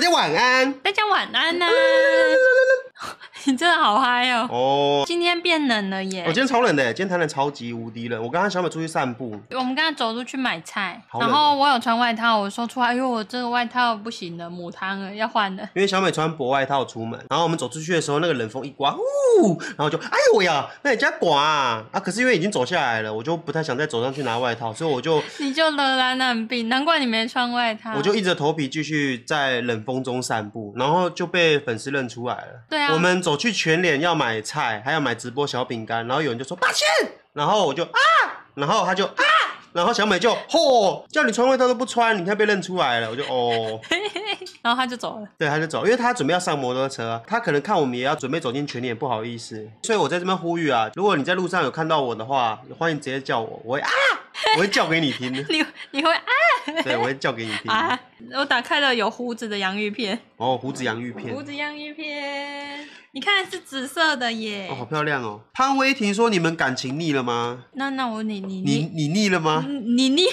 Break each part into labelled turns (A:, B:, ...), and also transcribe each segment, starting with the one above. A: 家晚安。
B: 大家晚安呐、你真的好嗨哦！
A: 哦，
B: 今天变冷了耶
A: 我！哦今天超冷的，今天台南超级无敌冷。我刚刚小美出去散步，
B: 我们刚刚走出去买菜，
A: 好冷
B: 然
A: 哦
B: 后我有穿外套，我说出来，哎呦，我这个外套不行了，母汤了，要换了。
A: 因为小美穿薄外套出门，然后我们走出去的时候，那个冷风一刮，呜，然后就哎呦喂呀，那你家刮啊！啊，可是因为已经走下来了，我就不太想再走上去拿外套，所以我就
B: 你就得了冷病，难怪你没穿外套。
A: 我就硬着头皮继续在冷风中散步，然后就被粉丝认出来了。
B: 对啊
A: 我们走去全脸要买菜，还要买直播小饼干，然后有人就说八千，然后我就啊，然后他就啊，然后小美就嚯、叫你穿外套都不穿，你看被认出来了，我就哦，
B: 然后他就走了。
A: 对，他就走，因为他准备要上摩托车，他可能看我们也要准备走进全脸，不好意思，所以我在这边呼吁啊，如果你在路上有看到我的话，欢迎直接叫我，我会啊，我会叫给你听，
B: 你你会啊
A: 对，我会叫给你听。
B: 啊！我打开了有胡子的洋芋片，
A: 哦，胡子洋芋片
B: 胡。子洋芋片，你看是紫色的耶。
A: 哦，好漂亮哦！潘威婷说：“你们感情腻了吗？
B: 那那我你你
A: 你
B: 你
A: 你腻了 吗
B: 你你你，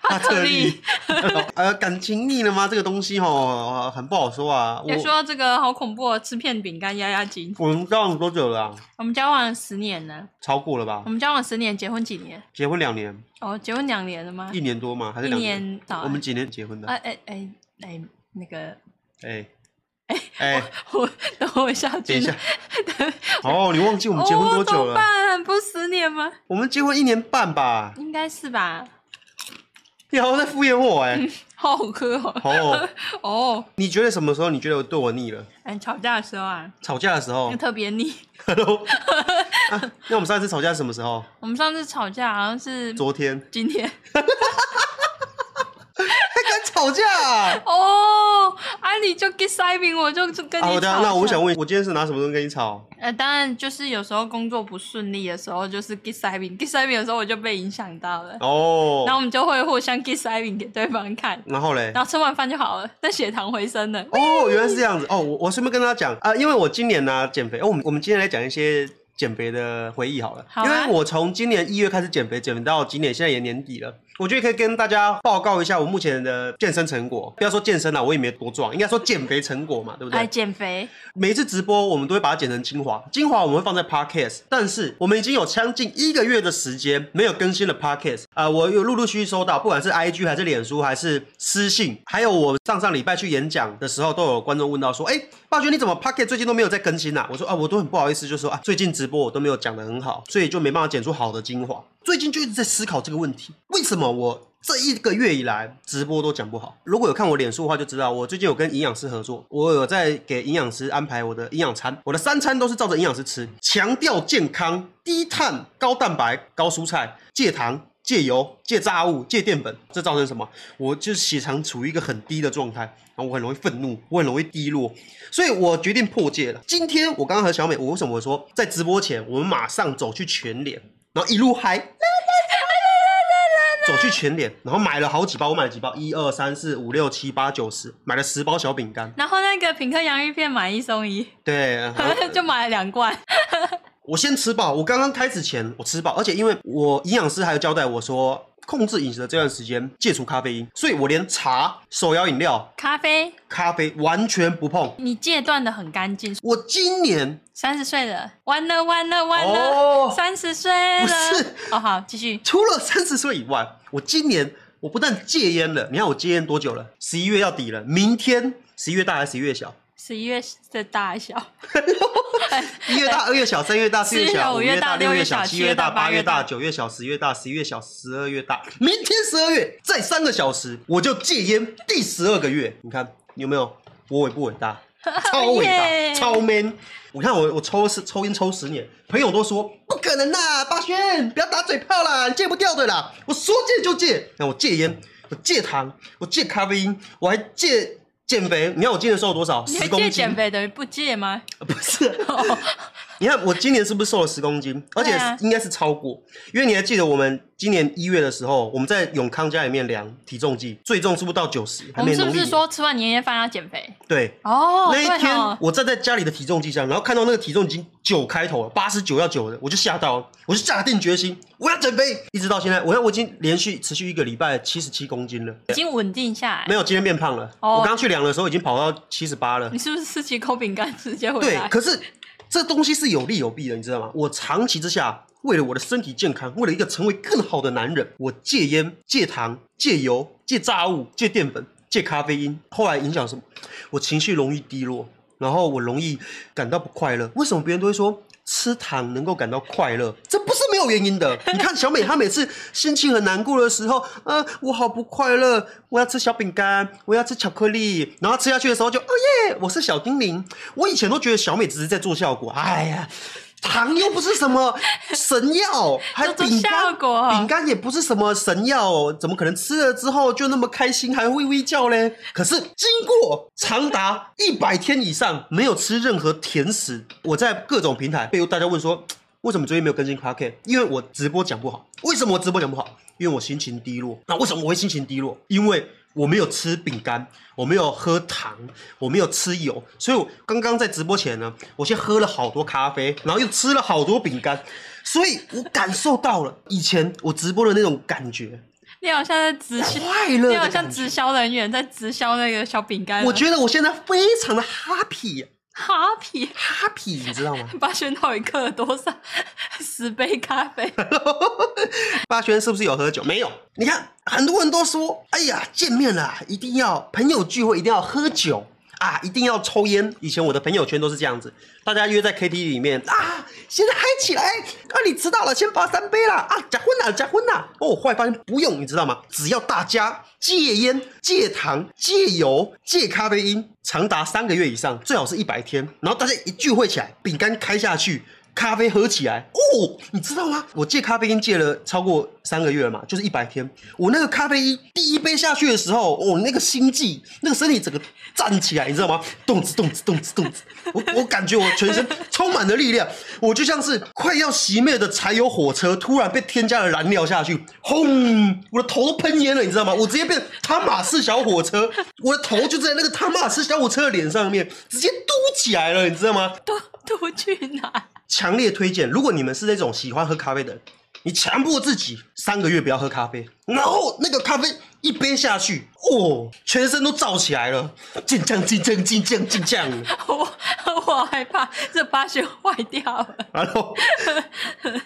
B: 哈特 利。？”
A: 呃，感情腻了吗？这个东西哦，很不好说啊。
B: 也说
A: 我
B: 到这个好恐怖、哦，吃片饼干压压惊。
A: 我们交往多久了、啊？
B: 我们交往十年了，
A: 超过了吧
B: 我？们交往十年，结婚几年？
A: 结婚两年，
B: 哦，结婚两年了吗？
A: 一年多吗？还是
B: 一
A: 两年？
B: 年到。
A: 我们几年结婚的？
B: 啊
A: 哎
B: 哎哎哎，那个，
A: 哎哎，
B: 我等我一下，
A: 等一下
B: 真的，
A: 哦，你忘记我们结婚多久
B: 哦、怎么
A: 了？
B: 办？不是十年吗？
A: 我们结婚一年半吧？
B: 应该是吧。
A: 你好像在敷衍我哎。
B: 好好喝哦。
A: 哦，
B: 哦，
A: 你觉得什么时候你觉得我对我腻了？
B: 哎，吵架的时候啊，
A: 吵架的时候
B: 就。特别腻。
A: Hello，啊那我们上一次吵架是什么时候？
B: 我们上次吵架好像是
A: 昨天。
B: 今天。
A: 还敢吵架啊！
B: 哦，啊，你就 get 塞饼，我就就跟你
A: 啊，
B: 吵
A: 我等
B: 架。
A: 下，那我想问，我今天是拿什么东西跟你吵？
B: 呃，当然就是有时候工作不顺利的时候，就是 get s i v i n g get s i v i n g 的时候我就被影响到了，
A: 哦
B: 然，后我们就会互相 get s i v i n g 给对方看，
A: 然后嘞？
B: 然后吃完饭就好了，但血糖回升了。
A: 哦，原来是这样子。哦，我我顺便跟大家讲啊、因为我今年呢、减肥，哦，我们我们今天来讲一些减肥的回忆好了。
B: 好啊
A: 因为我从今年一月开始减肥，减肥到今年现在也年底了，我觉得可以跟大家报告一下我目前的健身成果。不要说健身啦，我也没多壮，应该说减肥成果嘛，对不对？
B: 哎，减肥，
A: 每一次直播，我们都会把它剪成精华，精华我们会放在 podcast，但是我们已经有将近一个月的时间没有更新了 podcast，呃，我有陆陆续续收到，不管是 IG 还是脸书还是私信，还有我上上礼拜去演讲的时候，都有观众问到说，哎、霸君你怎么 podcast 最近都没有在更新啊？我说啊，我都很不好意思，就说啊，最近直播我都没有讲得很好，所以就没办法剪出好的精华。最近就一直在思考这个问题，为什么我这一个月以来直播都讲不好。如果有看我脸书的话，就知道我最近有跟营养师合作，我有在给营养师安排我的营养餐，我的三餐都是照着营养师吃，强调健康、低碳、高蛋白、高蔬菜、戒糖。戒油、戒炸物、戒淀粉，这造成什么？我就是血糖处于一个很低的状态，然后我很容易愤怒，我很容易低落，所以我决定破戒了。今天我刚刚和小美，我为什么我说在直播前我们马上走去全脸，然后一路嗨，走去全脸，然后买了好几包，我买了几包，一二三四五六七八九十，买了十包小饼干。
B: 然后那个品客洋芋片买一送一，
A: 对，然后
B: 就买了两罐。
A: 我先吃饱。我刚刚开始前我吃饱，而且因为我营养师还有交代我说，控制饮食的这段时间戒除咖啡因，所以我连茶、手摇饮料、
B: 咖啡，
A: 咖啡完全不碰。
B: 你戒断的很干净。
A: 我今年
B: 三十岁了，完了完了完了，
A: 哦
B: 三十岁了
A: 不是。
B: 哦，好，继续。
A: 除了三十岁以外，我今年我不但戒烟了，你看我戒烟多久了？十一月要底了，明天十一月大还是十一月小？
B: 十一月的大小，
A: 一月大，二月小，三月大，四月
B: 四月
A: 小，
B: 五
A: 五
B: 月
A: 月
B: 大
A: 大，
B: 六
A: 六
B: 月
A: 月
B: 小
A: 小，
B: 七
A: 七
B: 月
A: 月
B: 大
A: 大，
B: 八
A: 八
B: 月
A: 月
B: 大
A: 大，九月小，十月大，十一月小，十二月大。明天十二月，再三个小时我就戒烟第十二个月。你看有没有？我伟不伟大？超伟
B: 耶
A: 大，超 man！我看我我抽是抽烟抽十年，朋友都说不可能啦，八轩不要打嘴炮啦，你戒不掉的啦。我说戒就戒，那我戒烟，我戒糖，我戒咖啡因，我还戒减肥。你看我今年瘦了多少？
B: 你
A: 十
B: 还
A: 公
B: 戒
A: 斤。
B: 减肥等于不戒吗？
A: 不是， 你看我今年是不是瘦了十公斤？而且
B: 对啊
A: 应该是超过，因为你还记得我们今年一月的时候，我们在永康家里面量体重计，最重是不是到九十？还
B: 我
A: 没
B: 们是
A: 农
B: 不
A: 历
B: 是
A: 年
B: 说吃完年夜饭要减肥？
A: 对？
B: 哦，
A: 那一
B: 对
A: 天
B: 哦，
A: 我站在家里的体重计上，然后看到那个体重已经九开头了，八十九要九的，我就吓到了，我就下定决心我要减肥，一直到现在，我要我已经连续持续一个礼拜七十七公斤了。
B: 已经稳定下来
A: 没。有，今天变胖了。
B: 哦
A: 我刚去量的时候已经跑到七十八了
B: 你。是不是吃几口饼干直接回
A: 对，
B: 来？
A: 可是这东西是有利有弊的，你知道吗？我长期之下，为了我的身体健康，为了一个成为更好的男人，我戒烟、戒糖、戒油、戒炸物、戒淀粉、戒咖啡因。后来影响什么？我情绪容易低落，然后我容易感到不快乐。为什么别人都会说？吃糖能够感到快乐，这不是没有原因 的。你看小美，她每次心情很难过的时候，呃，我好不快乐，我要吃小饼干，我要吃巧克力，然后吃下去的时候就，哦耶，我是小精灵。我以前都觉得小美只是在做效果，哎呀，糖又不是什么神药，还
B: 做
A: 饼干
B: 效果
A: 饼干也不是什么神药哦，怎么可能吃了之后就那么开心，还微微叫嘞？可是经过长达一百天以上没有吃任何甜食，我在各种平台被大家问说。为什么最近没有更新 p o c a s t 因为我直播讲不好。为什么我直播讲不好？因为我心情低落。那为什么我会心情低落？因为我没有吃饼干，我没有喝糖，我没有吃油，所以我刚刚在直播前呢，我先喝了好多咖啡，然后又吃了好多饼干，所以我感受到了以前我直播的那种感觉，
B: 你好像在直销，
A: 快乐
B: 你
A: 的
B: 好
A: 感
B: 像
A: 觉。
B: 直销人员在直销那个小饼干。
A: 我觉得我现在非常的 happy
B: 哈皮
A: happy，你知道吗？
B: 八仙到底克了多少？十杯咖啡，
A: 霸轩是不是有喝酒？没有。你看，很多人都说，哎呀，见面啦、一定要朋友聚会，一定要喝酒啊，一定要抽烟。以前我的朋友圈都是这样子，大家约在 KTV 里面啊，现在嗨起来啊，你迟到了，先罚三杯啦啊，假婚啦，假婚啦。哦，后来发现不用，你知道吗？只要大家戒烟、戒糖、戒油、戒咖啡因，长达三个月以上，最好是一百天，然后大家一聚会起来，饼干开下去。咖啡喝起来哦，你知道吗？我戒咖啡因戒了超过三个月了嘛，就是一百天。我那个咖啡因第一杯下去的时候，哦，那个心悸，那个身体整个站起来，你知道吗？动子动子动子动子，我我感觉我全身充满了力量，我就像是快要熄灭的柴油火车，突然被添加了燃料下去，轰！我的头都喷烟了，你知道吗？我直接变汤马士小火车，我的头就在那个汤马士小火车的脸上面直接嘟起来了，你知道吗？
B: 都都去哪？
A: 强烈推荐，如果你们是那种喜欢喝咖啡的人，你强迫自己三个月不要喝咖啡，然后那个咖啡一杯下去，哦，全身都燥起来了，进酱进酱进酱进酱，
B: 我我好害怕这八仙坏掉了。
A: 然后，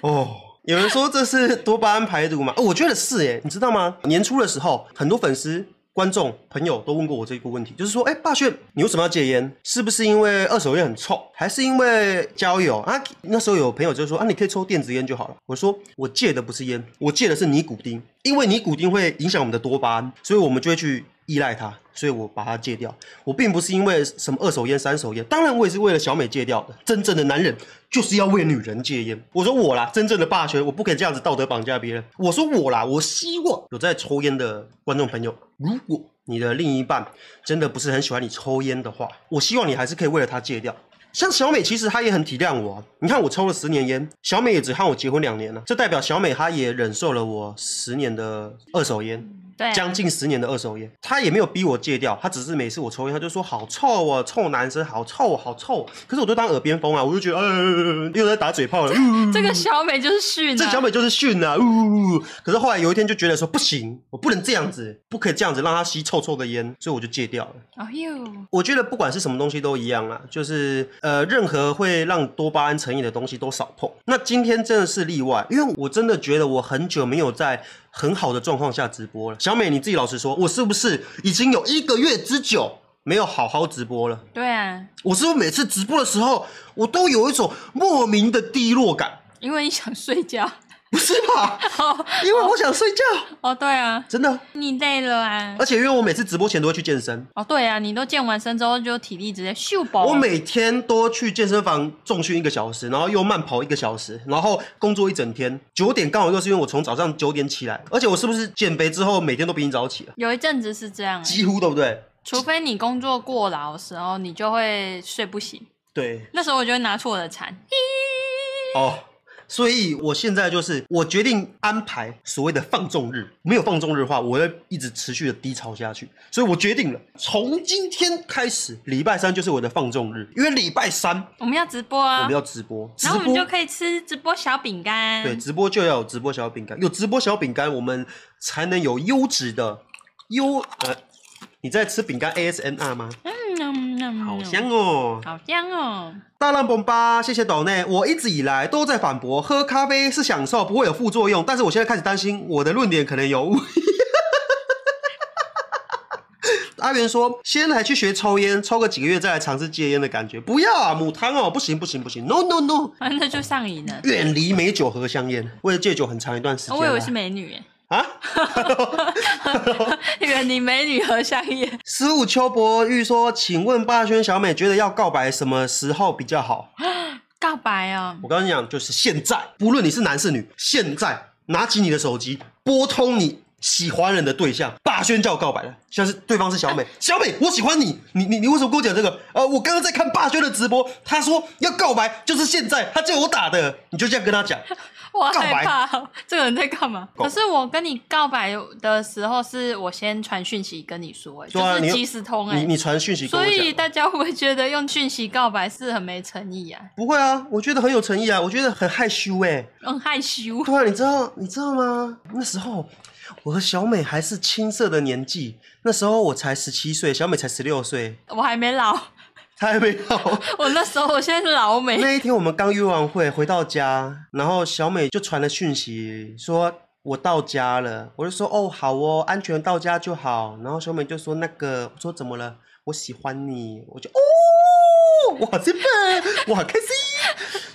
A: 哦。有人说这是多巴胺排毒嘛？哦，我觉得是耶，你知道吗？年初的时候，很多粉丝、观众、朋友都问过我这个问题，就是说，哎、霸炫，你为什么要戒烟？是不是因为二手烟很臭，还是因为交友啊？那时候有朋友就说啊，你可以抽电子烟就好了。我说我戒的不是烟，我戒的是尼古丁，因为尼古丁会影响我们的多巴胺，所以我们就会去依赖它，所以我把它戒掉。我并不是因为什么二手烟、三手烟，当然我也是为了小美戒掉的。真正的男人就是要为女人戒烟。我说我啦，真正的霸权，我不可以这样子道德绑架别人。我说我啦，我希望有在抽烟的观众朋友，如果你的另一半真的不是很喜欢你抽烟的话，我希望你还是可以为了他戒掉。像小美，其实她也很体谅我、啊。你看，我抽了十年烟，小美也只和我结婚两年了、啊这代表小美她也忍受了我十年的二手烟。
B: 对啊，
A: 将近十年的二手烟，他也没有逼我戒掉，他只是每次我抽烟，他就说好臭哦，臭男生好臭好臭。可是我都当耳边风啊，我就觉得呃，又在打嘴炮了。呃
B: 这个小美就是训
A: 这
B: 啊
A: 小美就是训啊，呜呜呜！可是后来有一天就觉得说不行，我不能这样子，不可以这样子让他吸臭臭的烟，所以我就戒掉了。
B: 哎呦，
A: 我觉得不管是什么东西都一样啦，就是呃，任何会让多巴胺成瘾的东西都少碰。那今天真的是例外，因为我真的觉得我很久没有在很好的状况下直播了。小美，你自己老实说，我是不是已经有一个月之久没有好好直播了？
B: 对啊，
A: 我是不是每次直播的时候，我都有一种莫名的低落感？
B: 因为你想睡觉。
A: 不是吧？ 因为我想睡觉，
B: 哦，对啊，
A: 真的。
B: 你累了啊。
A: 而且因为我每次直播前都会去健身，
B: 哦，对啊，你都健完身之后就体力直接秀爆。
A: 我每天都去健身房重训一个小时，然后又慢跑一个小时，然后工作一整天。九点刚好又是因为我从早上九点起来，而且我是不是减肥之后每天都比你早起了？啊
B: 有一阵子是这样，
A: 几乎对不对？
B: 除非你工作过劳的时候，你就会睡不醒。
A: 对，
B: 那时候我就会拿出我的蝉，
A: 哦。所以我现在就是我决定安排所谓的放纵日，没有放纵日的话，我会一直持续的低潮下去。所以我决定了，从今天开始，礼拜三就是我的放纵日，因为礼拜三
B: 我们要直播
A: 我
B: 啊
A: 们，要直播，直
B: 然后我们
A: 播
B: 就可以吃直播小饼干。
A: 对，直播就要有直播小饼干，有直播小饼干，我们才能有优质的优呃。你在吃饼干 ASMR 吗？
B: 嗯，嗯
A: 好，香哦！
B: 好香哦。
A: 大浪崩吧，谢谢岛内。我一直以来都在反驳，喝咖啡是享受，不会有副作用。但是我现在开始担心，我的论点可能有 误。阿元说：“先来去学抽烟，抽个几个月再来尝试戒烟的感觉。不要啊，母汤哦，不行不行不行，no no no，
B: 反正啊就上 瘾了。
A: 远离美酒和香烟。为了戒酒很长一段时间、啊。
B: 哦我以为是美女耶，
A: 啊，
B: 以为你美女和香烟。
A: 十五秋博玉说：“请问霸轩小美觉得要告白什么时候比较好
B: 告白哦？”，
A: 我跟你讲，就是现在，不论你是男是女，现在拿起你的手机，拨通你喜欢人的对象。霸轩叫我告白了，像是对方是 小美，小美，我喜欢你，你你你为什么跟我讲这个？呃，我刚刚在看霸轩的直播，他说要告白就是现在，他叫我打的，你就这样跟 他讲。
B: 我
A: 告
B: 害
A: 白
B: 怕哦，这个人在干嘛？
A: 告白
B: 可是我跟你告白的时候，是我先传讯息跟你说，哎，
A: 对啊
B: 就是
A: 你
B: 即时通，
A: 你
B: 哎，
A: 你传讯息跟我
B: 所
A: 讲。
B: 以大家会不会觉得用讯息告白是很没诚意啊？
A: 不会啊，我觉得很有诚意啊，我觉得很害羞哎、
B: 很害羞，
A: 对啊，你知道你知道吗？那时候我和小美还是青涩的年纪，那时候我才十七岁，小美才十六岁，
B: 我还没老，
A: 她还没到。
B: 我那时候我现在是老美，
A: 那一天我们刚约完会回到家，然后小美就传了讯息说。我到家了，我就说哦好哦，安全到家就好。然后小美就说那个，我说怎么了？我喜欢你，我就哦，我好兴奋，我好开心。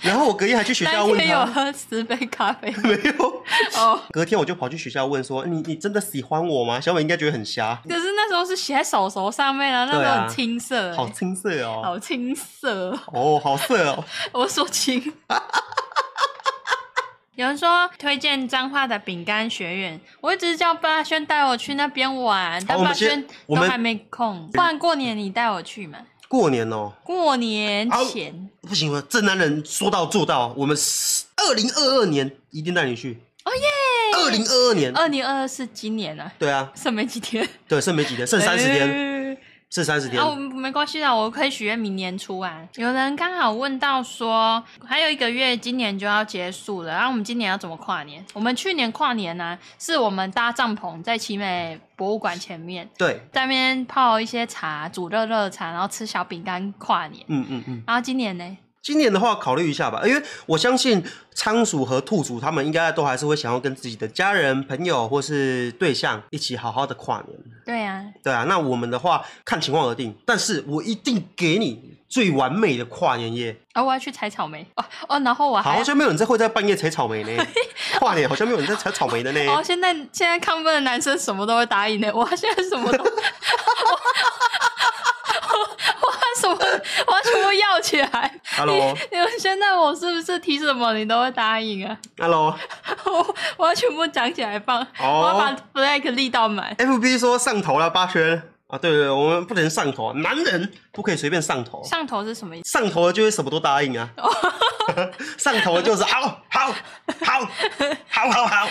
A: 然后我隔夜还去学校
B: 那
A: 问
B: 天有
A: 她，
B: 喝十杯咖 啡
A: 没有，
B: 哦。
A: 隔天我就跑去学校问说：“你你真的喜欢我吗？”小美应该觉得很瞎，
B: 可是那时候是写在手手上面啊，那
A: 对
B: 时
A: 啊
B: 候很青涩、欸，
A: 好青涩哦，
B: 好青涩哦。
A: 哦，好色哦，
B: 我说 青。有人说推荐彰化的饼干学院，我一直叫霸轩带我去那边玩，但
A: 我们
B: 霸轩
A: 先我
B: 都
A: 们
B: 还没空。不然过年你带我去嘛？
A: 过年哦，
B: 过年前
A: 不行了，正男人说到做到，我们二零二二年一定带你去，
B: 哦
A: 二零二二年，
B: 二零二二是今年啊，
A: 对啊，
B: 剩没几天，
A: 对，剩没几天，剩三十天，
B: 哎
A: 剩三十天
B: 啊，，我们没关系啦，我可以许愿明年出啊。有人刚好问到说，还有一个月，今年就要结束了，然、啊后我们今年要怎么跨年？我们去年跨年呢、啊是我们搭帐篷在奇美博物馆前面，
A: 对，
B: 在那边泡一些茶，煮热热茶，然后吃小饼干跨年。
A: 嗯嗯嗯，
B: 然后今年呢？
A: 今年的话考虑一下吧，因为我相信仓鼠和兔鼠他们应该都还是会想要跟自己的家人、朋友或是对象一起好好的跨年。
B: 对啊，
A: 对啊，那我们的话看情况而定，但是我一定给你最完美的跨年夜。
B: 哦，我要去采草莓哦哦，然后我还
A: 好像没有人在会在半夜采草莓 呢，跨年好像没有人在采草莓的呢。
B: 哦，现在现在亢奋的男生什么都会答应的，我现在什么都，我 我 我什么我全部要起来。
A: Hello，Hello，
B: 你们现在我是不是提什么你都会答应啊？我我要全部讲起来放，我要把
A: 哦
B: flag 立到满。
A: FB 说上头了，八圈啊，对对对，我们不能上头，啊男人不可以随便上头，
B: 上哦头是什么意思？
A: 上头了就会什么都答应啊， 上头了就是好好好好好好，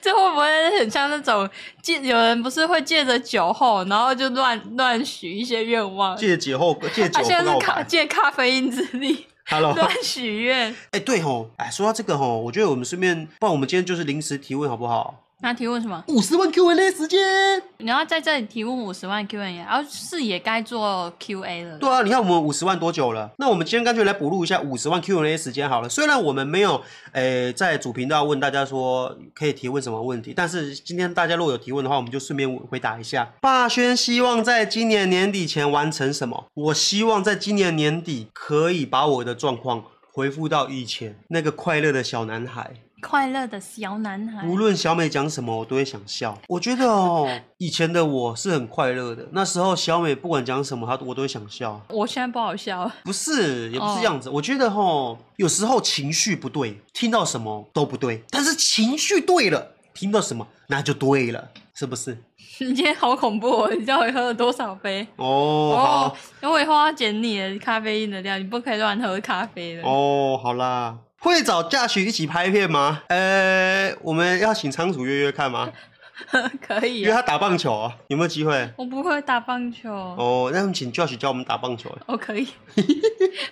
B: 这会不会很像那种借有人不是会借着酒后，然后就乱乱许一些愿望？
A: 借酒后借酒
B: 他现
A: 不
B: 在
A: 告
B: 是咖
A: 白。哦
B: 借咖啡因之力
A: Hello，
B: 乱许愿。
A: 哎、对吼，哎，说到这个吼，我觉得我们顺便，不然我们今天就是临时提问好不好？
B: 那提问什么？
A: 五十万 Q&A 时间。
B: 你要在这里提问五十万 Q&A，然后是也该做 Q&A 了。
A: 对啊，你看我们五十万多久了？那我们今天干脆来补录一下五十万 Q&A 时间好了。虽然我们没有诶在主频道问大家说可以提问什么问题，但是今天大家如果有提问的话，我们就顺便回答一下。霸轩希望在今年年底前完成什么？我希望在今年年底可以把我的状况。恢复到以前那个快乐的小男孩，
B: 快乐的小男孩，
A: 无论小美讲什么，我都会想笑。我觉得哦，以前的我是很快乐的。那时候小美不管讲什么，她我都会想笑。
B: 我现在不好笑。
A: 不是，也不是
B: 哦
A: 这样子。我觉得哦吼，有时候情绪不对，听到什么都不对，但是情绪对了，听到什么那就对了，是不是？
B: 你今天好恐怖哦！你知道我喝了多少杯？
A: 哦，好，
B: 因为我以后要减你的咖啡因的量，你不可以乱喝咖啡的。
A: 哦，好啦。会找嫁娶一起拍片吗？呃，我们要请仓鼠约约看吗？
B: 可以
A: 因为
B: 啊、
A: 他打棒球啊，有没有机会？
B: 我不会打棒球。哦
A: 哦，那我们请 Josh 教我们打棒球。啊
B: 我可以，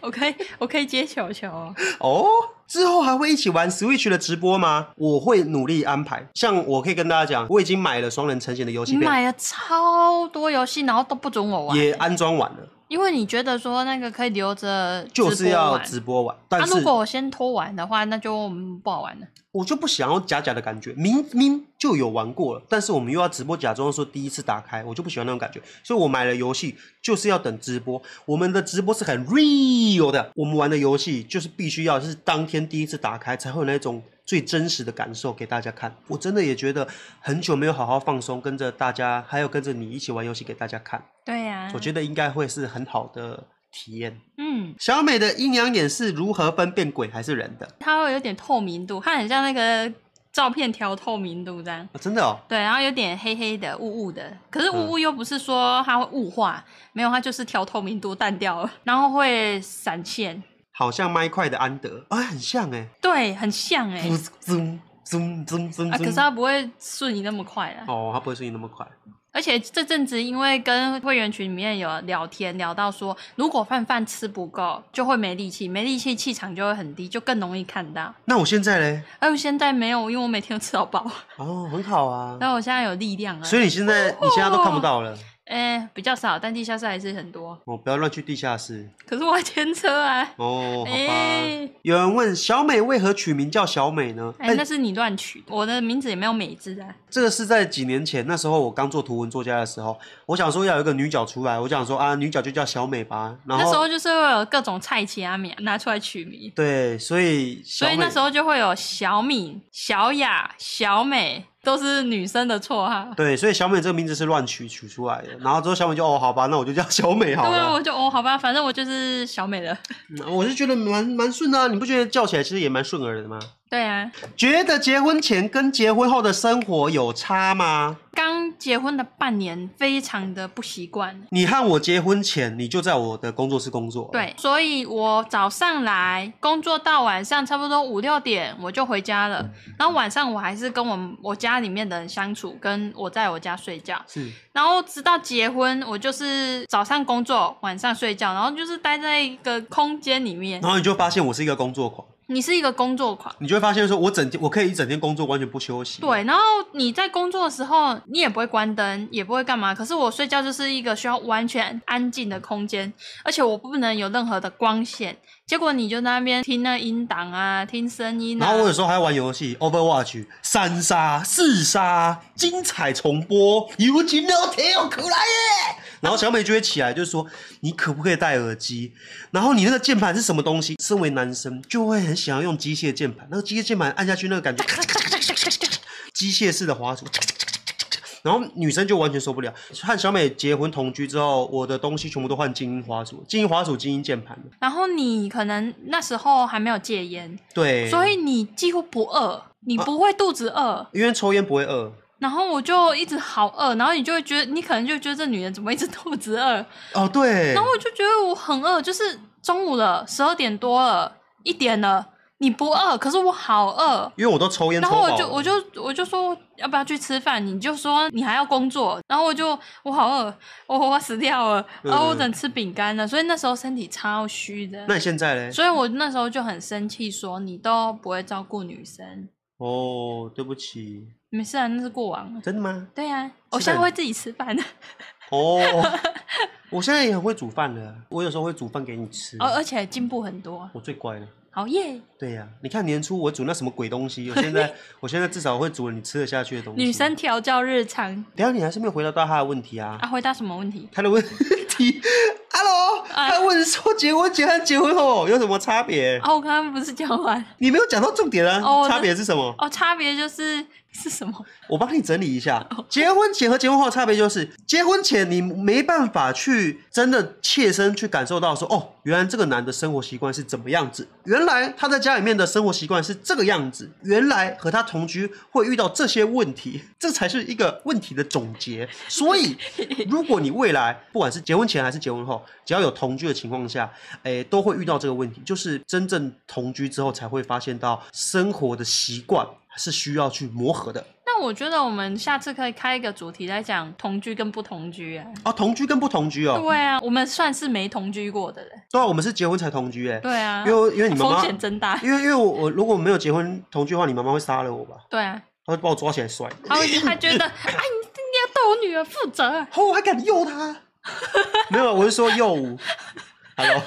B: 我可以，我可以接球球。
A: 哦，之后还会一起玩 Switch 的直播吗？我会努力安排。像我可以跟大家讲，我已经买了双人成型的游
B: 你
A: 戏片，
B: 买了超多游戏，然后都不准我玩，
A: 也安装完了，
B: 因为你觉得说那个可以留着直播
A: 就是要
B: 玩
A: 直播玩。
B: 啊，
A: 但是
B: 如果我先偷玩的话，那就嗯不好玩了。
A: 我就不想要假假的感觉，明明就有玩过了，但是我们又要直播假装说第一次打开，我就不喜欢那种感觉，所以我买了游戏就是要等直播。我们的直播是很 real 的，我们玩的游戏就是必须要是当天第一次打开才会有那种最真实的感受给大家看。我真的也觉得很久没有好好放松，跟着大家，还有跟着你一起玩游戏给大家看，
B: 对呀、
A: 我觉得应该会是很好的体验。
B: 嗯，
A: 小美的阴阳眼是如何分辨鬼还是人的？
B: 它会有点透明度，它很像那个照片调透明度这样。
A: 啊、真的哦，
B: 对，然后有点黑黑的、雾雾的，可是雾雾又不是说它会雾化，没有，它就是调透明度淡掉了， 然后会闪现，
A: 好像麦块的安德，哎、很像哎、
B: 对，很像哎、
A: 噗噌噌噌噌
B: 啊，可是
A: 噌。
B: 它不会瞬移那么快啦。
A: 哦，他不会声音那么快。
B: 而且这阵子因为跟会员群里面有聊天，聊到说如果饭饭吃不够，就会没力气，没力气气场就会很低，就更容易看到。
A: 那我现在嘞？
B: 哎，我现在没有，因为我每天都吃到饱，
A: 哦，很好啊。
B: 但我现在有力量了。
A: 所以你现在你现在都看不到了。
B: 哎、比较少，但地下室还是很多。
A: 哦，不要乱去地下室。
B: 可是我要牵车啊！
A: 哦，好吧。
B: 哎
A: 有人问小美为何取名叫小美呢？
B: 哎、那是你乱取，我的名字也没有美字啊。
A: 这个是在几年前，那时候我刚做图文作家的时候，我想说要有一个女角出来，我想说啊，女角就叫小美吧。然
B: 那时
A: 后
B: 候就是会有各种菜奇阿米啊拿出来取名，
A: 对，所以小
B: 所
A: 美
B: 以那时候就会有小敏、小雅、小美，都是女生的绰号。
A: 对，所以小美这个名字是乱取取出来的。然后之后小美就哦，好吧，那我就叫小美好
B: 对
A: 了
B: 啊，。我就哦，好吧，反正我就是小美了。
A: 嗯我是觉得蛮蛮顺的啊，你不觉得叫起来其实也蛮顺耳的吗？
B: 对啊，
A: 觉得结婚前跟结婚后的生活有差吗？
B: 刚结婚的半年，非常的不习惯。
A: 你和我结婚前，你就在我的工作室工作，，
B: 对，所以我早上来工作到晚上差不多五六点我就回家了，然后晚上我还是跟我我家里面的人相处，跟我在我家睡觉，
A: 是
B: 然后直到结婚，我就是早上工作，晚上睡觉，然后就是待在一个空间里面。
A: 然后你就发现我是一个工作狂，
B: 你是一个工作狂。
A: 你就会发现说我整天我可以一整天工作完全不休息，，
B: 对，然后你在工作的时候，你也不会关灯，也不会干嘛。可是我睡觉就是一个需要完全安静的空间，而且我不能有任何的光线。结果你就在那边听那音档啊，听声音啊
A: 然。后我有时候还玩游戏，Overwatch 三杀四杀精彩重播，尤其那跳可来耶。然后小美就会起来，就说：“你可不可以戴耳机？然后你那个键盘是什么东西？”身为男生就会很想要用机械键盘，那个机械键盘按下去那个感觉，咔嚓咔嚓咔嚓咔嚓咔嚓机械式的滑鼠，咔嚓咔嚓咔嚓咔嚓然后女生就完全受不了。和小美结婚同居之后，我的东西全部都换精英滑鼠、精英滑鼠、精英键盘了
B: 然后你可能那时候还没有戒烟，
A: 对，啊
B: 所以你几乎不饿，你不会肚子饿。
A: 因为抽烟不会饿。
B: 然后我就一直好饿，然后你就会觉得，你可能就觉得这女人怎么一直肚子饿？
A: 哦，对。
B: 然后我就觉得我很饿，就是中午了，十二点多了，一点了，你不饿，可是我好饿。
A: 因为我都抽烟抽
B: 然后
A: 饱了，
B: 我就我就我就说要不要去吃饭，你就说你还要工作，然后我就我好饿，我我死掉了，
A: 嗯
B: 然后我只能吃饼干了，所以那时候身体超虚的
A: 那，你现在嘞？
B: 所以我那时候就很生气，说你都不会照顾女生，
A: 哦，对不起，
B: 没事啊，那是过往了。
A: 真的吗？
B: 对啊，我
A: 是的
B: 现在会自己吃饭的，
A: 哦，我现在也很会煮饭了，我有时候会煮饭给你吃。
B: 哦而而且进步很多，
A: 我最乖了。
B: 好耶！
A: 对呀、你看年初我煮那什么鬼东西，我现 在我现在至少会煮你吃得下去的东西。
B: 女生，调教日常
A: 等一下你还是没有回答到他的问题啊。
B: 啊，回答什么问题？
A: 他的问题， Hello，
B: 哎
A: 他问说结婚前和结婚后有什么差别？
B: 哦，我刚刚不是讲完
A: 你没有讲到重点啊，
B: 哦我的
A: 差别是什么？
B: 哦，差别就是 是什么？
A: 我帮你整理一下，结婚前和结婚后的差别就是，结婚前你没办法去真的切身去感受到说，哦，原来这个男的生活习惯是怎么样子，原来他在家里面的生活习惯是这个样子，原来和他同居会遇到这些问题，这才是一个问题的总结。所以，如果你未来不管是结婚前还是结婚后，只要有同居的情况下，诶，都会遇到这个问题，就是真正同居之后才会发现到生活的习惯是需要去磨合的。
B: 那我觉得我们下次可以开一个主题来讲同居跟不同居、啊。
A: 哦，同居跟不同居哦，
B: 对啊，我们算是没同居过的人。
A: 对啊，我们是结婚才同居哎、
B: 对啊，
A: 因为因为你妈
B: 风
A: 妈，
B: 险真大。
A: 因为因为我我如果没有结婚同居的话，你妈妈会杀了我吧？
B: 对啊，
A: 她会把我抓起来摔，
B: 他会他觉得， 哎，你你要对我女儿负责。啊
A: 哦，我还敢诱她？ 没有，我是说诱舞。Hello，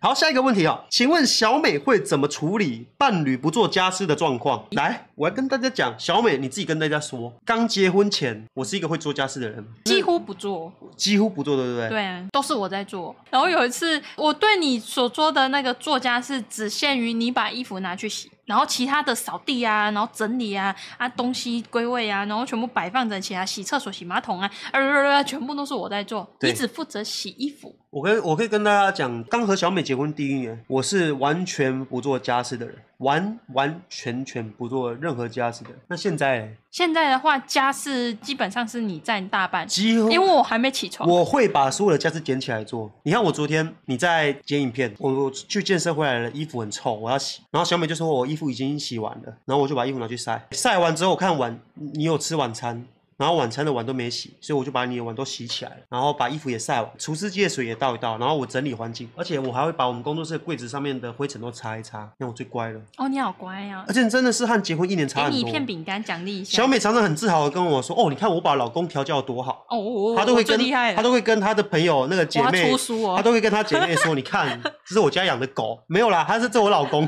A: 好，下一个问题哦，请问小美会怎么处理伴侣不做家事的状况？来，我要跟大家讲，小美你自己跟大家说，刚结婚前我是一个会做家事的人，
B: 几乎不做，
A: 几乎不做，对不对？
B: 对啊，都是我在做。然后有一次，我对你所说的那个作家是只限于你把衣服拿去洗，然后其他的扫地啊，然后整理啊，啊东西归位啊，然后全部摆放整齐啊，洗厕所、洗马桶啊，呃呃呃，全部都是我在做，
A: 对
B: 你只负责洗衣服。
A: 我跟我可以跟大家讲，刚和小美结婚第一年，我是完全不做家事的人，完完全全不做任何家事的人。那现在
B: 现在的话，家事基本上是你占大半，
A: 几乎
B: 因为我还没起床。
A: 我会把所有的家事捡起来做。你看我昨天你在剪影片，我我去健身回来了，衣服很臭，我要洗。然后小美就说我衣服已经洗完了，然后我就把衣服拿去晒。晒完之后，我看碗你有吃晚餐。然后晚餐的碗都没洗，所以我就把你的碗都洗起来了，然后把衣服也晒完，除湿机的水也倒一倒，然后我整理环境，而且我还会把我们工作室的柜子上面的灰尘都擦一擦，让我最乖了。
B: 哦，你好乖呀、
A: 而且真的是和结婚一年差
B: 给
A: 很
B: 哎你
A: 多。
B: 一片饼干奖励一下。
A: 小美常常很自豪的跟我说：“哦，你看我把老公调教得多好。”
B: 哦，我
A: 他都会
B: 我最
A: 跟
B: 厉害了，
A: 他都会跟他的朋友那个姐
B: 哇
A: 妹
B: 出，书哦
A: 他都会跟他姐妹说：“你 看，这是我家养的狗，没有啦，他是这我老公。”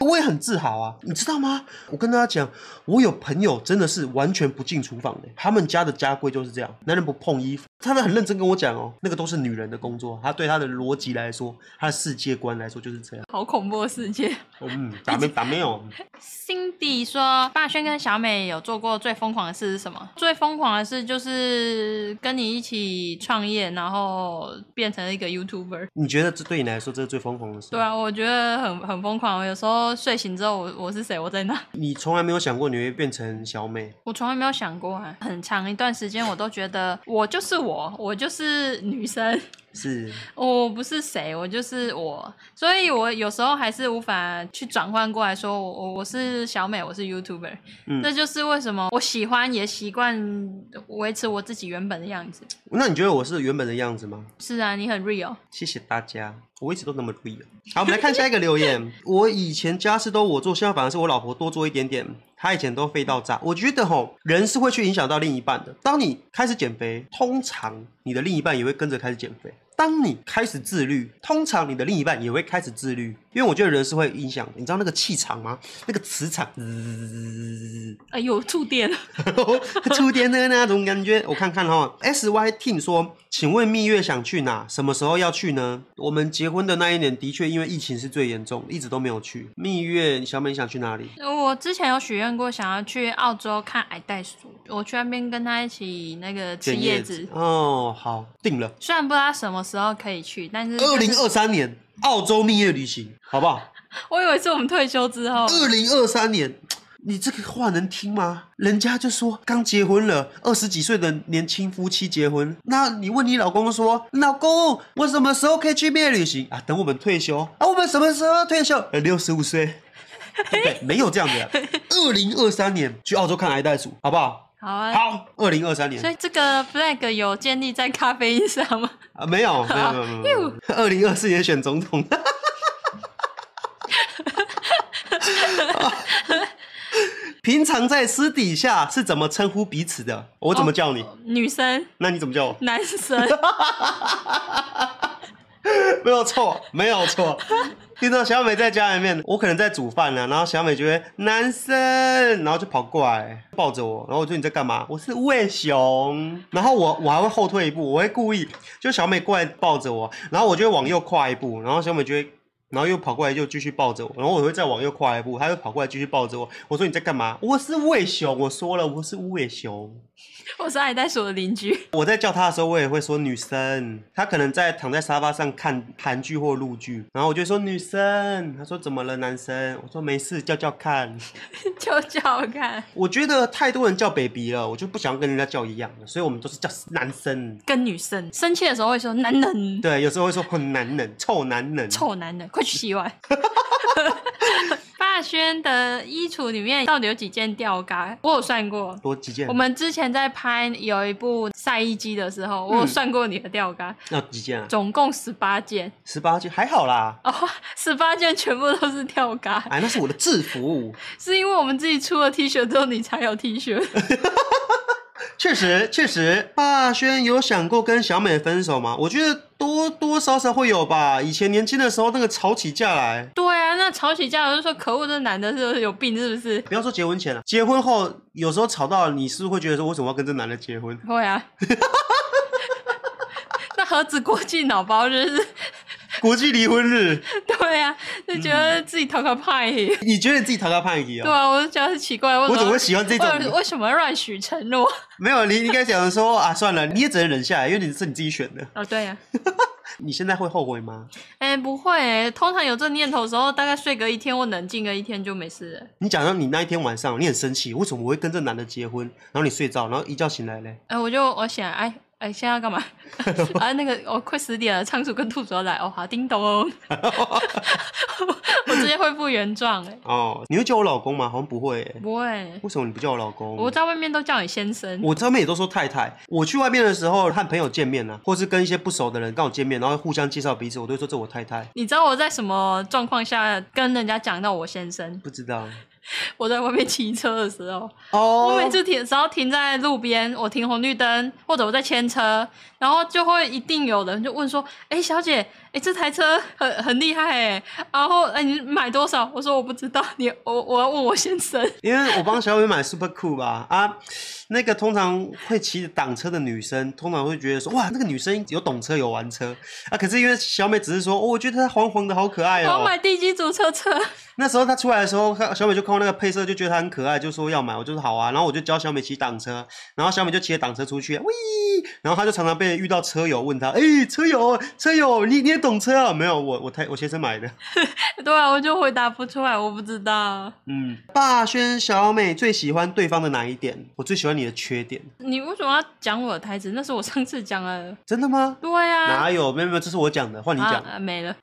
A: 我也很自豪啊，你知道吗？我跟大家讲，我有朋友真的是完全不进厨房的，他们家的家规就是这样，男人不碰衣服。他们很认真跟我讲哦，那个都是女人的工作，他对他的逻辑来说，他的世界观来说就是这样。
B: 好恐怖的世界。
A: 嗯，打没打没有？
B: Cindy 说，霸轩跟小美有做过最疯狂的事是什么？最疯狂的事就是跟你一起创业，然后变成了一个 YouTuber。
A: 你觉得这对你来说这是最疯狂的事？
B: 对啊，我觉得很很疯狂。我有时候睡醒之后，我我是谁，我在哪，
A: 你从来没有想过你会变成小美，
B: 我从来没有想过啊。很长一段时间，我都觉得我就是我，我就是女生，
A: 是
B: 我哦不是谁，我就是我。所以我有时候还是无法去转换过来说，我我我是小美，我是 YouTuber。
A: 嗯
B: 这就是为什么我喜欢也习惯维持我自己原本的样子。
A: 那你觉得我是原本的样子吗？
B: 是啊，你很 real。
A: 谢谢大家，我一直都那么 real。好，我们来看下一个留言。我以前家事都我做，现在反而是我老婆多做一点点。她以前都废到炸。我觉得吼，人是会去影响到另一半的。当你开始减肥，通常你的另一半也会跟着开始减肥。当你开始自律，通常你的另一半也会开始自律，因为我觉得人是会影响的。你知道那个气场吗？那个磁场，滋
B: 哎呦，触电了！
A: 触电的那种感觉。我 看看哈，S Y Team 说，请问蜜月想去哪？什么时候要去呢？我们结婚的那一年，的确因为疫情是最严重，一直都没有去蜜月。小美你想去哪里？
B: 我之前有许愿过，想要去澳洲看矮袋鼠，我去那边跟他一起那个吃
A: 卷
B: 叶
A: 叶
B: 子。
A: 哦，好，定了，
B: 虽然不知道什么时候可以去，但是
A: 二零
B: 就是
A: 二三年澳洲蜜月旅行，好不好？
B: 我以为是我们退休之后，
A: 二零二三年。你这个话能听吗？人家就说刚结婚了，二十几岁的年轻夫妻结婚，那你问你老公说，老公，我什么时候可以去蜜月旅行啊？等我们退休啊？我们什么时候退休？呃，六十五岁，对不对？没有这样的。二零二三年去澳洲看癌袋鼠，好不好？
B: 好啊。
A: 好，二零二三年
B: 所以这个 flag 有建立在咖啡因上吗？
A: 啊，没有，没有，没有，没有没有。二零二四年选总统，平常在私底下是怎么称呼彼此的？我怎么叫你？
B: 女生、
A: 那你怎么叫我？
B: 男生，
A: 没有错，没有错。听说小美在家里面，我可能在煮饭啊呢、然后小美就会男生，然后就跑过来抱着我，然后我说你在干嘛？我是喂熊，然后我我还会后退一步，我会故意就小美过来抱着我，然后我就会往右跨一步，然后小美就会。然后又跑过来，又继续抱着我，然后我会再往右跨一步，她又跑过来继续抱着我。我说你在干嘛？我是喂熊，我说了我是喂熊。
B: 我哎是海袋鼠的邻居，
A: 我在叫她的时候，我也会说女生。她可能在躺在沙发上看韩剧或陆剧，然后我就说女生。她说怎么了，男生？我说没事，叫叫看。
B: 就叫我看，
A: 我觉得太多人叫 baby 了，我就不想跟人家叫一样的，所以我们都是叫男生。
B: 跟女生生气的时候会说男人、
A: 对，有时候会说很男人，臭男人。
B: 臭男人，快去洗碗。 发轩的衣橱里面到底有几件吊嘎？我有算过，
A: 多几件
B: 我？们之前在拍有一部晒衣机的时候，我有算过你的吊杆，
A: 那几件啊？
B: 总共十八件
A: 十八件还好啦。
B: 哦，十八件全部都是吊杆，
A: 哎，那是我的制服，
B: 是因为我们自己出了 T 恤之后，你才有 T 恤。
A: 确实确实。霸轩有想过跟小美分手吗？我觉得多多少少会有吧。以前年轻的时候，那个吵起架来，
B: 对啊，那吵起架我就说，可恶，这男的是不是有病是不是？
A: 不要说结婚前了，结婚后有时候吵到你是不是会觉得说，为什么要跟这男的结婚？
B: 会啊。 那盒子国际脑包就是，
A: 国际离婚日，
B: 对啊，就觉
A: 嗯
B: 得自己头壳派耶。
A: 你觉得你自己逃到叛逆
B: 对
A: 哦？
B: 啊，我就觉得很奇怪，为
A: 我
B: 什
A: 怎么
B: 么
A: 会喜欢这种？
B: 为为什么乱许承诺？
A: 没有，你应该讲说啊，算了，你也只能忍下来，因为你是你自己选的。
B: 哦，对啊。
A: 你现在会后悔吗？
B: 哎、不会、欸，通常有这念头的时候，大概睡个一天或冷静个一天就没事了。
A: 你讲到你那一天晚上，你很生气，为什么我会跟这男的结婚？然后你睡着，然后一觉醒来嘞，
B: 哎、我就我想，哎哎，现 在要干嘛？啊，那个哦，快十点了，仓鼠跟兔子要来哦，好，叮咚， 我直接恢复原状哎、
A: 哦，你会叫我老公吗？好像不会耶，
B: 不会，
A: 为什么你不叫我老公？
B: 我在外面都叫你先生。
A: 我这边也都说太太。我去外面的时候和朋友见面啊，或是跟一些不熟的人刚好见面，然后互相介绍彼此，我都会说这我太太。
B: 你知道我在什么状况下跟人家讲到我先生？
A: 不知道
B: 我在外面骑车的时候，
A: 哦
B: 我每次停只要停在路边，我停红绿灯或者我在牵车，然后就会一定有人就问说：“哎、小姐，哎、这台车很很厉害哎，然后哎、你买多少？”我说我不知道，你我我要问我先生。
A: 因为我帮小美买 Super Cool 吧啊，那个通常会骑挡车的女生，通常会觉得说哇，那个女生有懂车有玩车啊。可是因为小美只是说，哦，我觉得她黄黄的好可爱
B: 我要
A: 哦。
B: 买地基组车车，
A: 那时候她出来的时候，小美就看到那个配色，就觉得她很可爱，就说要买。我就说好啊，然后我就教小美骑挡车，然后小美就骑着挡车出去，喂，然后她就常常被遇到车友问她，哎、车友，车友，你你也懂车啊？没有，我我太我先生买的。
B: 对啊，我就回答不出来，我不知道。
A: 嗯，霸轩小美最喜欢对方的哪一点？我最喜欢你的缺点，
B: 你为什么要讲我的台词？那是我上次讲了。
A: 真的吗？
B: 对啊，
A: 哪有？没有没有，这是我讲的，换你讲。
B: 啊啊没了。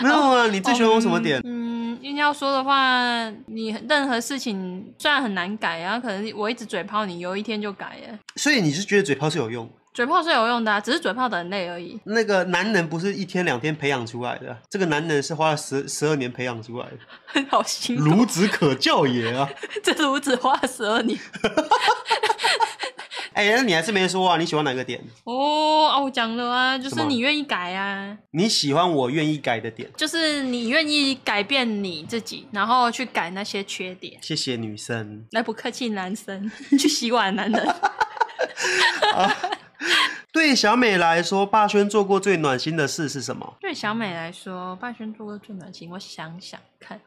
A: 没有啊，你最喜欢我什么点？
B: 嗯，硬要说的话，你任何事情虽然很难改啊，可能我一直嘴炮你，有一天就改了。
A: 所以你是觉得嘴炮是有用？
B: 嘴炮是有用的、啊，只是嘴炮的很累而已。
A: 那个男人不是一天两天培养出来的，这个男人是花了十十二年培养出来的，
B: 好辛苦，
A: 孺子可教也 啊！
B: 这炉子花十二 年。
A: 哎、那你还是没说啊，你喜欢哪个点？
B: 哦啊，我讲了啊，就
A: 什
B: 是
A: 么
B: 你愿意改啊，
A: 你喜欢我愿意改的点，
B: 就是你愿意改变你自己，然后去改那些缺点。
A: 谢谢女生。
B: 来不客气，男生 去洗碗，啊 男人。
A: 对小美来说，霸轩做过最暖心的事是什么
B: 对小美来说，霸轩做过最暖心，我想想 看，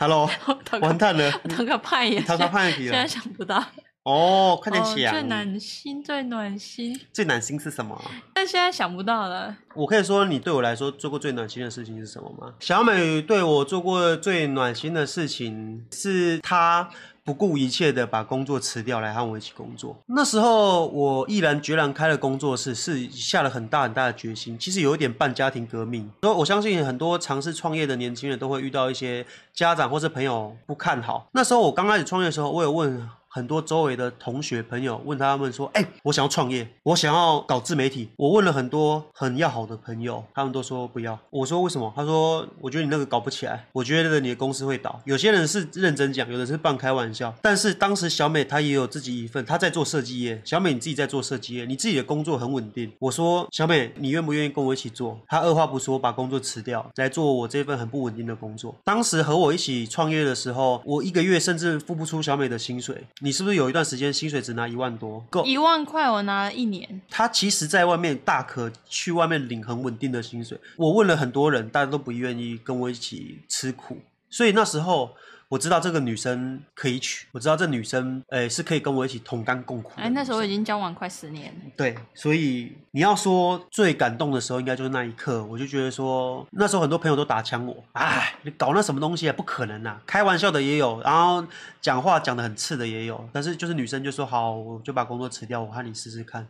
A: ？Hello，
B: 我头
A: 完
B: 个
A: 蛋了，
B: 头个派呀，
A: 他他叛逆
B: 现
A: 了
B: 在。想不到。
A: 哦，快点
B: 哦，
A: 想。
B: 最暖心，最暖心，
A: 最暖心是什么？
B: 但现在想不到了。
A: 我可以说你对我来说做过最暖心的事情是什么吗？小美对我做过最暖心的事情是她不顾一切的把工作辞掉来和我一起工作。那时候我毅然决然开了工作室，是下了很大很大的决心。其实有一点半家庭革命。所以我相信很多尝试创业的年轻人都会遇到一些家长或是朋友不看好。那时候我刚开始创业的时候，我有问很多周围的同学朋友问他们说：“哎、我想要创业，我想要搞自媒体。”我问了很多很要好的朋友，他们都说不要。我说为什么？他说：“我觉得你那个搞不起来，我觉得你的公司会倒。”有些人是认真讲，有的是半开玩笑。但是当时小美她也有自己一份，她在做设计业。小美你自己在做设计业，你自己的工作很稳定。我说：“小美，你愿不愿意跟我一起做？”她二话不说把工作辞掉，来做我这份很不稳定的工作。当时和我一起创业的时候，我一个月甚至付不出小美的薪水。你是不是有一段时间薪水只拿一万多？够
B: 一万块我拿了一年，
A: 他其实在外面大可去外面领很稳定的薪水。我问了很多人，大家都不愿意跟我一起吃苦，所以那时候。我知道这个女生可以娶，我知道这女生，诶、是可以跟我一起同甘共苦的女
B: 哎，
A: 生。
B: 那时候已经交往快十年了。
A: 对，所以你要说最感动的时候，应该就是那一刻。我就觉得说，那时候很多朋友都打枪我，哎，你搞那什么东西啊？不可能啊！开玩笑的也有，然后讲话讲的很刺的也有，但是就是女生就说好，我就把工作辞掉，我和你试试看。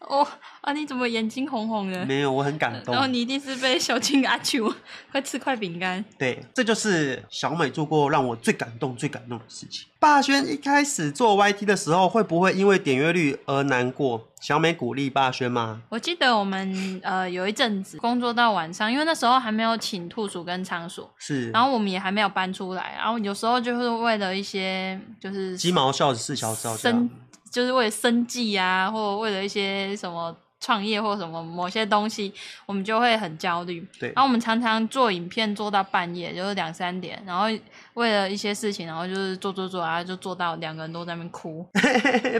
B: 哦啊，你怎么眼睛红红的？
A: 没有，我很感动。
B: 然后你一定是被小青阿 啾，快吃块饼干。
A: 对，这就是小美做过让我最感动、最感动的事情。霸轩一开始做 YT 的时候，会不会因为点阅率而难过？小美鼓励霸轩吗？
B: 我记得我们呃有一阵子工作到晚上，因为那时候还没有请兔鼠跟仓鼠，
A: 是，
B: 然后我们也还没有搬出来，然后有时候就是为了一些就是
A: 鸡毛笑死小照这样
B: 生，就是为了生计啊，或为了一些什么创业或什么某些东西，我们就会很焦虑。
A: 对
B: 然后我们常常做影片做到半夜，就是两三点，然后为了一些事情，然后就是做做做啊，就做到两个人都在那边 哭，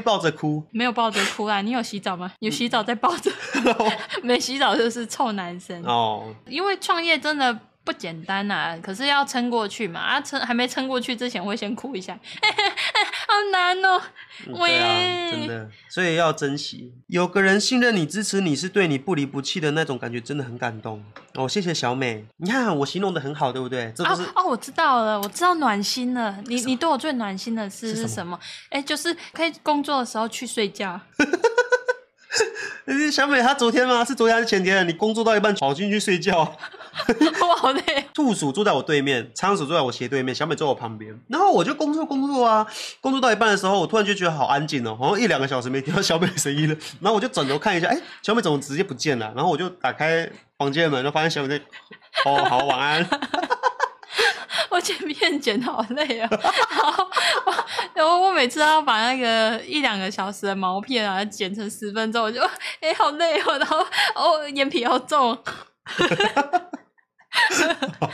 A: 抱着哭。
B: 没有抱着哭啦。你有洗澡吗？有洗澡再抱着，没洗澡就是臭男 生。
A: 哦，
B: 因为创业真的不简单呐、可是要撑过去嘛。啊，撑还没撑过去之前，会先哭一下， 好难哦。
A: 嗯
B: 喂
A: 对啊，真的，所以要珍惜。有个人信任你、支持你，是对你不离不弃的那种感觉，真的很感动。哦，谢谢小美，你看我形容的很好，对不对？这
B: 哦
A: 不是
B: 哦，我知道了，我知道暖心了。你你对我最暖心的事
A: 是
B: 是
A: 什
B: 什么？哎，就是可以工作的时候去睡觉。
A: 呃 小美，她昨天吗？是昨天还是前天？你工作到一半跑进去睡觉。
B: 我好累。哦
A: 兔鼠坐在我对面，仓鼠坐在我斜对面，小美坐我旁边。然后我就工作工作啊，工作到一半的时候，我突然就觉得好安静哦，好像一两个小时没听到小美的声音了。然后我就转头看一下，哎，小美怎么直接不见了？然后我就打开房间的门，就发现小美在。哦，好，晚 安。
B: 我剪片剪好累啊。然后我我我每次都要把那个一两个小时的毛片啊剪成十分钟，我就哎好累哦，然后哦眼皮好重。
A: 好，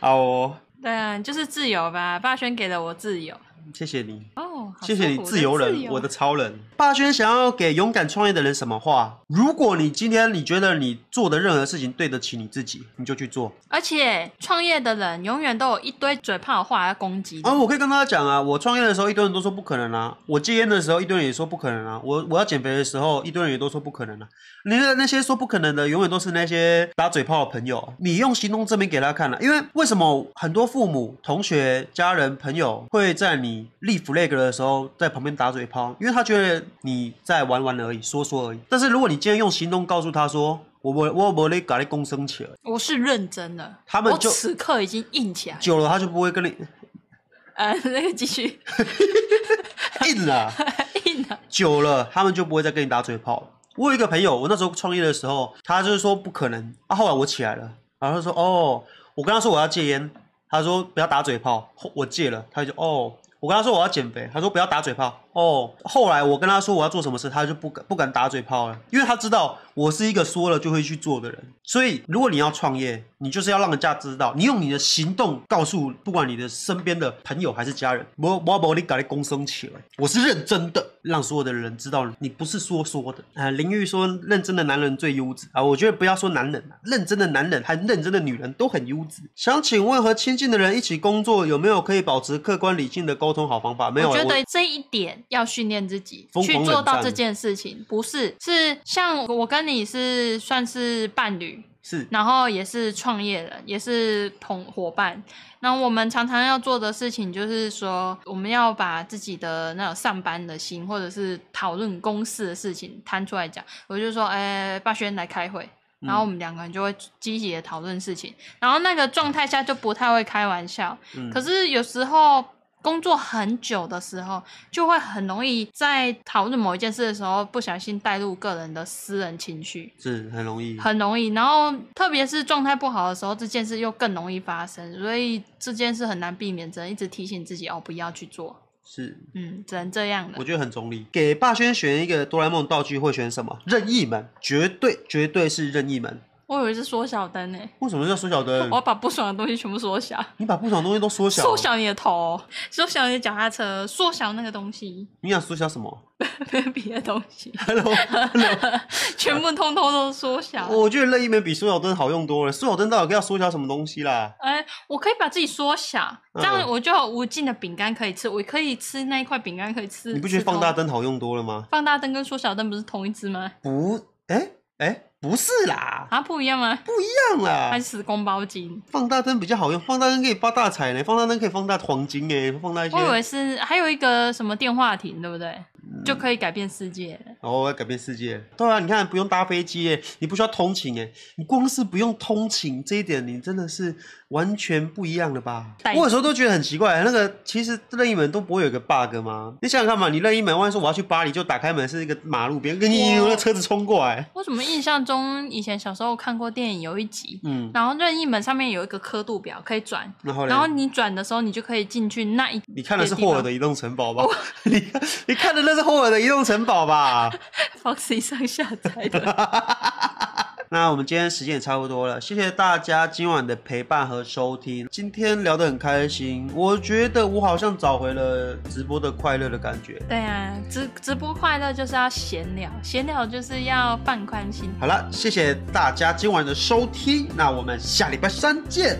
A: 好哦，
B: 对啊，就是自由吧。霸轩给了我自由。
A: 谢谢你，
B: 哦，好
A: 谢谢
B: 舒
A: 你，
B: 服
A: 自由人，我的超人。霸轩想要给勇敢创业的人什么话？如果你今天你觉得你做的任何事情对得起你自己，你就去做。
B: 而且创业的人永远都有一堆嘴炮话要攻击你。
A: 啊，我可以跟大家讲啊，我创业的时候一堆人都说不可能啊，我戒烟的时候一堆人也说不可能啊，我我要减肥的时候一堆人也都说不可能啊。你的那些说不可能的，永远都是那些打嘴炮的朋友。啊你用行动证明给他看了、啊因为为什么很多父母、同学、家人、朋友会在你立 flag 的时候在旁边打嘴炮？因为他觉得你在玩玩而已，说说而已。但是如果你今天用行动告诉他说，我我我我咧搞咧共生起来，
B: 我是认真的，
A: 他们
B: 我
A: 就
B: 此刻已经硬起来。
A: 久了他就不会跟你
B: 呃，那个继续
A: 硬啊了、
B: 硬的，
A: 久了，他们就不会再跟你打嘴炮了。我有一个朋友，我那时候创业的时候，他就是说不可能啊。后来我起来了，然后他说哦，我跟他说我要戒烟，他说不要打嘴炮，后我戒了，他就哦。我跟他说我要减肥，他说不要打嘴炮哦。后来我跟他说我要做什么事，他就不敢不敢打嘴炮了，因为他知道我是一个说了就会去做的人。所以如果你要创业，你就是要让人家知道，你用你的行动告诉不管你的身边的朋友还是家人，我我把你搞来公生起来，我是认真的，让所有的人知道你不是说说的。啊、林玉说认真的男人最优质啊，我觉得不要说男人啊，认真的男人和认真的女人都很优质。想请问和亲近的人一起工作，有没有可以保持客观理性的沟通好方法？没有啊，
B: 我觉得这一点要训练自己
A: 疯狂
B: 去
A: 冷
B: 做到
A: 战
B: 这件事情，不是是像我跟你是算是伴侣，
A: 是
B: 然后也是创业人，也是同伙伴。那我们常常要做的事情就是说，我们要把自己的那种上班的心，或者是讨论公事的事情摊出来讲。我就说，哎、霸轩来开会，然后我们两个人就会积极的讨论事情，然后那个状态下就不太会开玩笑。
A: 嗯
B: 可是有时候工作很久的时候，就会很容易在讨论某一件事的时候，不小心带入个人的私人情绪。
A: 是很容易。
B: 很容易，然后特别是状态不好的时候，这件事又更容易发生，所以这件事很难避免，只能一直提醒自己哦，不要去做，
A: 是，
B: 嗯，只能这样了
A: 我。觉得很中立。给霸轩选一个哆啦 A 梦道具会选什么？任意门，绝对绝对是任意门。
B: 我以为是缩小灯呢、
A: 为什么叫缩小灯
B: 我？要把不爽的东西全部缩小，
A: 你把不同的东西都嗯缩小，
B: 缩小你的头，缩小你的脚踏车，缩小那个东西，
A: 你想缩小什么
B: 没有别的东西，
A: ？Hello，
B: 全部通通都缩小。
A: 我觉得任意门比缩小灯好用多了。缩小灯到底要缩小什么东西啦？
B: 哎、我可以把自己缩小，这样
A: 嗯
B: 我就有无尽的饼干可以吃，我可以吃那一块饼干，可以吃。
A: 你不觉得
B: 吃通
A: 放大灯好用多了吗？
B: 放大灯跟缩小灯不是同一只吗？
A: 不，哎、哎、不是啦，
B: 啊，不一样吗？
A: 这样啦
B: 还，是时光包金？
A: 放大灯比较好用。放大灯可以发大财呢，放大灯可以放大黄金哎，放大一些
B: 我。以为是还有一个什么电话亭，对不对？
A: 嗯
B: 就可以改变世界了。
A: 然后我要改变世界。对啊，你看不用搭飞机耶，你不需要通勤耶，你光是不用通勤这一点，你真的是完全不一样了吧？
B: 带
A: 我有时候都觉得很奇怪，那个其实任意门都不会有个 bug 吗？你想想看嘛，你任意门，万一说我要去巴黎，就打开门是一个马路边，跟你
B: 哇
A: 那车子冲过来，
B: 我怎么印象中以前小时候看过电影有一集，
A: 嗯，
B: 然后任意门上面有一个刻度表可以转，
A: 然后
B: 然后
A: 呢？
B: 你转的时候你就可以进去那一。
A: 你看的是霍尔的移动城
B: 哦
A: 堡吧？ 你看你看的那是霍尔的移动城堡吧？
B: Foxy 上下 载的，
A: 那我们今天时间也差不多了，谢谢大家今晚的陪伴和收听。今天聊得很开心，我觉得我好像找回了直播的快乐的感觉。
B: 对啊，直直播快乐就是要闲聊，闲聊就是要放宽心。
A: 好了，谢谢大家今晚的收听，那我们下礼拜三见，